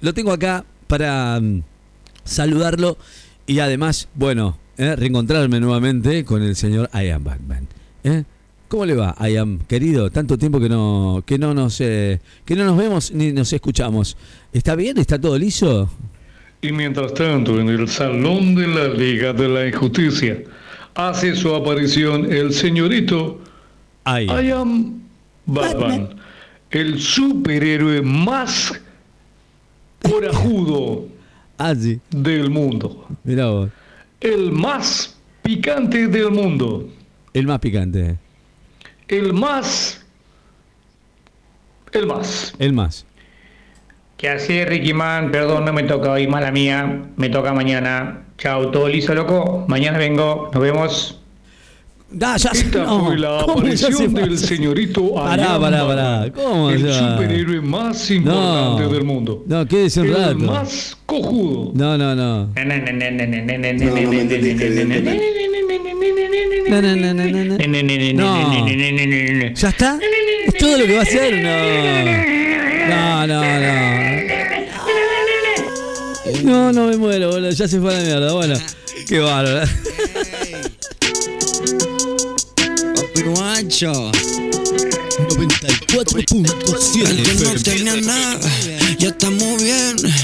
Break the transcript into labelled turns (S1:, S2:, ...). S1: lo tengo acá para mm, saludarlo y además, bueno, eh, reencontrarme nuevamente con el señor I Am Batman. ¿eh? ¿Cómo le va, I Am, querido? Tanto tiempo que no, que no nos eh, que no nos vemos ni nos escuchamos. ¿Está bien? ¿Está todo liso?
S2: Y mientras tanto, en el Salón de la Liga de la Injusticia, hace su aparición el señorito
S1: Ahí.
S2: I am Batman, el superhéroe más corajudo
S1: Ah, sí.
S2: del mundo,
S1: Mirá vos.
S2: el más picante del mundo,
S1: El más picante.
S2: el más, el más.
S1: El más.
S3: ¿Qué hace Ricky Man? Perdón, no me toca hoy, mala mía. Me toca mañana. Chao, todo liso, loco. Mañana vengo, nos vemos.
S1: Ah, ya se-
S2: Esta
S1: no,
S2: fue la
S1: ¿cómo ya se
S2: aparición
S1: va?
S2: del señorito
S1: Pará,
S2: Iron
S1: pará,
S2: Man,
S1: pará. ¿Cómo
S2: el
S1: ya?
S2: superhéroe más importante del mundo.
S1: No, quédese un
S2: el
S1: rato.
S2: más cojudo.
S1: No, no, no. No, no, no, no, no, no. ¿Ya está? ¿Es todo lo que va a hacer? No. No, no, no. No, no me muero, boludo. Ya se fue a la mierda. Bueno, qué bárbaro.
S4: Peruancho 94.7
S5: Yo no tenía nada, ya estamos bien.